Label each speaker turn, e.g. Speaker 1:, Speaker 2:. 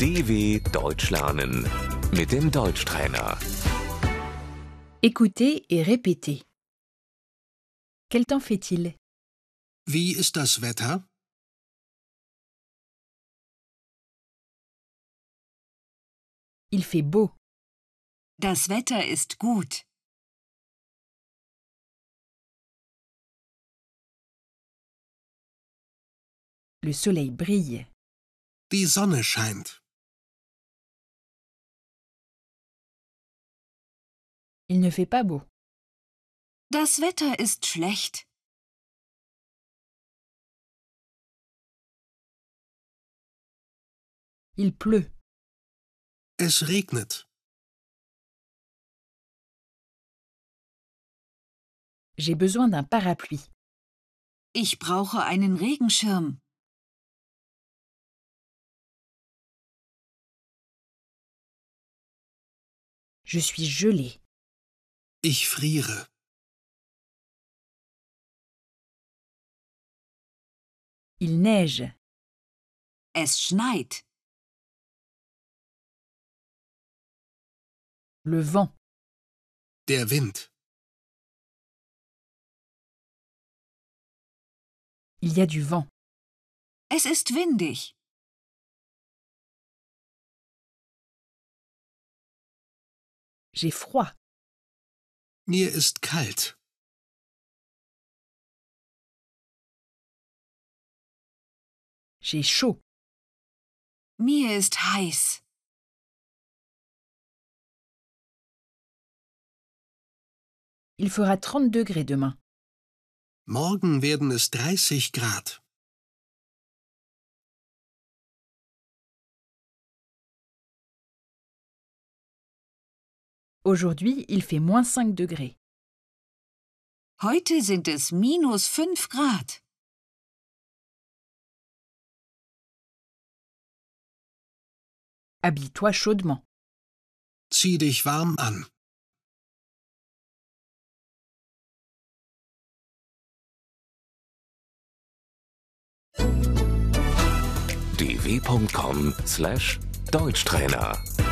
Speaker 1: DW Deutsch lernen mit dem Deutschtrainer.
Speaker 2: Écoutez et répétez. Quel temps fait-il
Speaker 3: Wie ist das Wetter?
Speaker 2: Il fait beau.
Speaker 4: Das Wetter ist gut.
Speaker 2: Le soleil brille.
Speaker 3: Die Sonne scheint.
Speaker 2: Il ne fait pas beau.
Speaker 4: Das Wetter ist schlecht.
Speaker 2: Il pleut.
Speaker 3: Es regnet.
Speaker 2: J'ai besoin d'un parapluie.
Speaker 4: Ich brauche einen Regenschirm.
Speaker 2: Je suis gelé.
Speaker 3: Ich friere.
Speaker 2: Il neige.
Speaker 4: Es schneit.
Speaker 2: Le vent.
Speaker 3: Der Wind.
Speaker 2: Il y a du vent.
Speaker 4: Es ist windig.
Speaker 2: J'ai froid.
Speaker 3: Mir ist kalt.
Speaker 2: J'ai chaud.
Speaker 4: Mir ist heiß.
Speaker 2: Il fera 30 degrés demain.
Speaker 3: Morgen werden es 30 Grad.
Speaker 2: Aujourd'hui, il fait moins 5 degrés.
Speaker 4: Heute sind es minus 5 Grad.
Speaker 2: Habille-toi chaudement.
Speaker 3: Zieh dich warm an.
Speaker 1: dw.com/deutschtrainer